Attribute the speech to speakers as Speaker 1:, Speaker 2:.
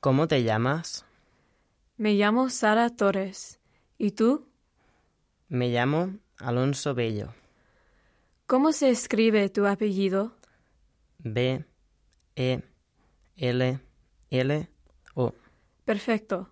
Speaker 1: ¿Cómo te llamas?
Speaker 2: Me llamo Sara Torres. ¿Y tú?
Speaker 1: Me llamo Alonso Bello.
Speaker 2: ¿Cómo se escribe tu apellido?
Speaker 1: B E L L O.
Speaker 2: Perfecto.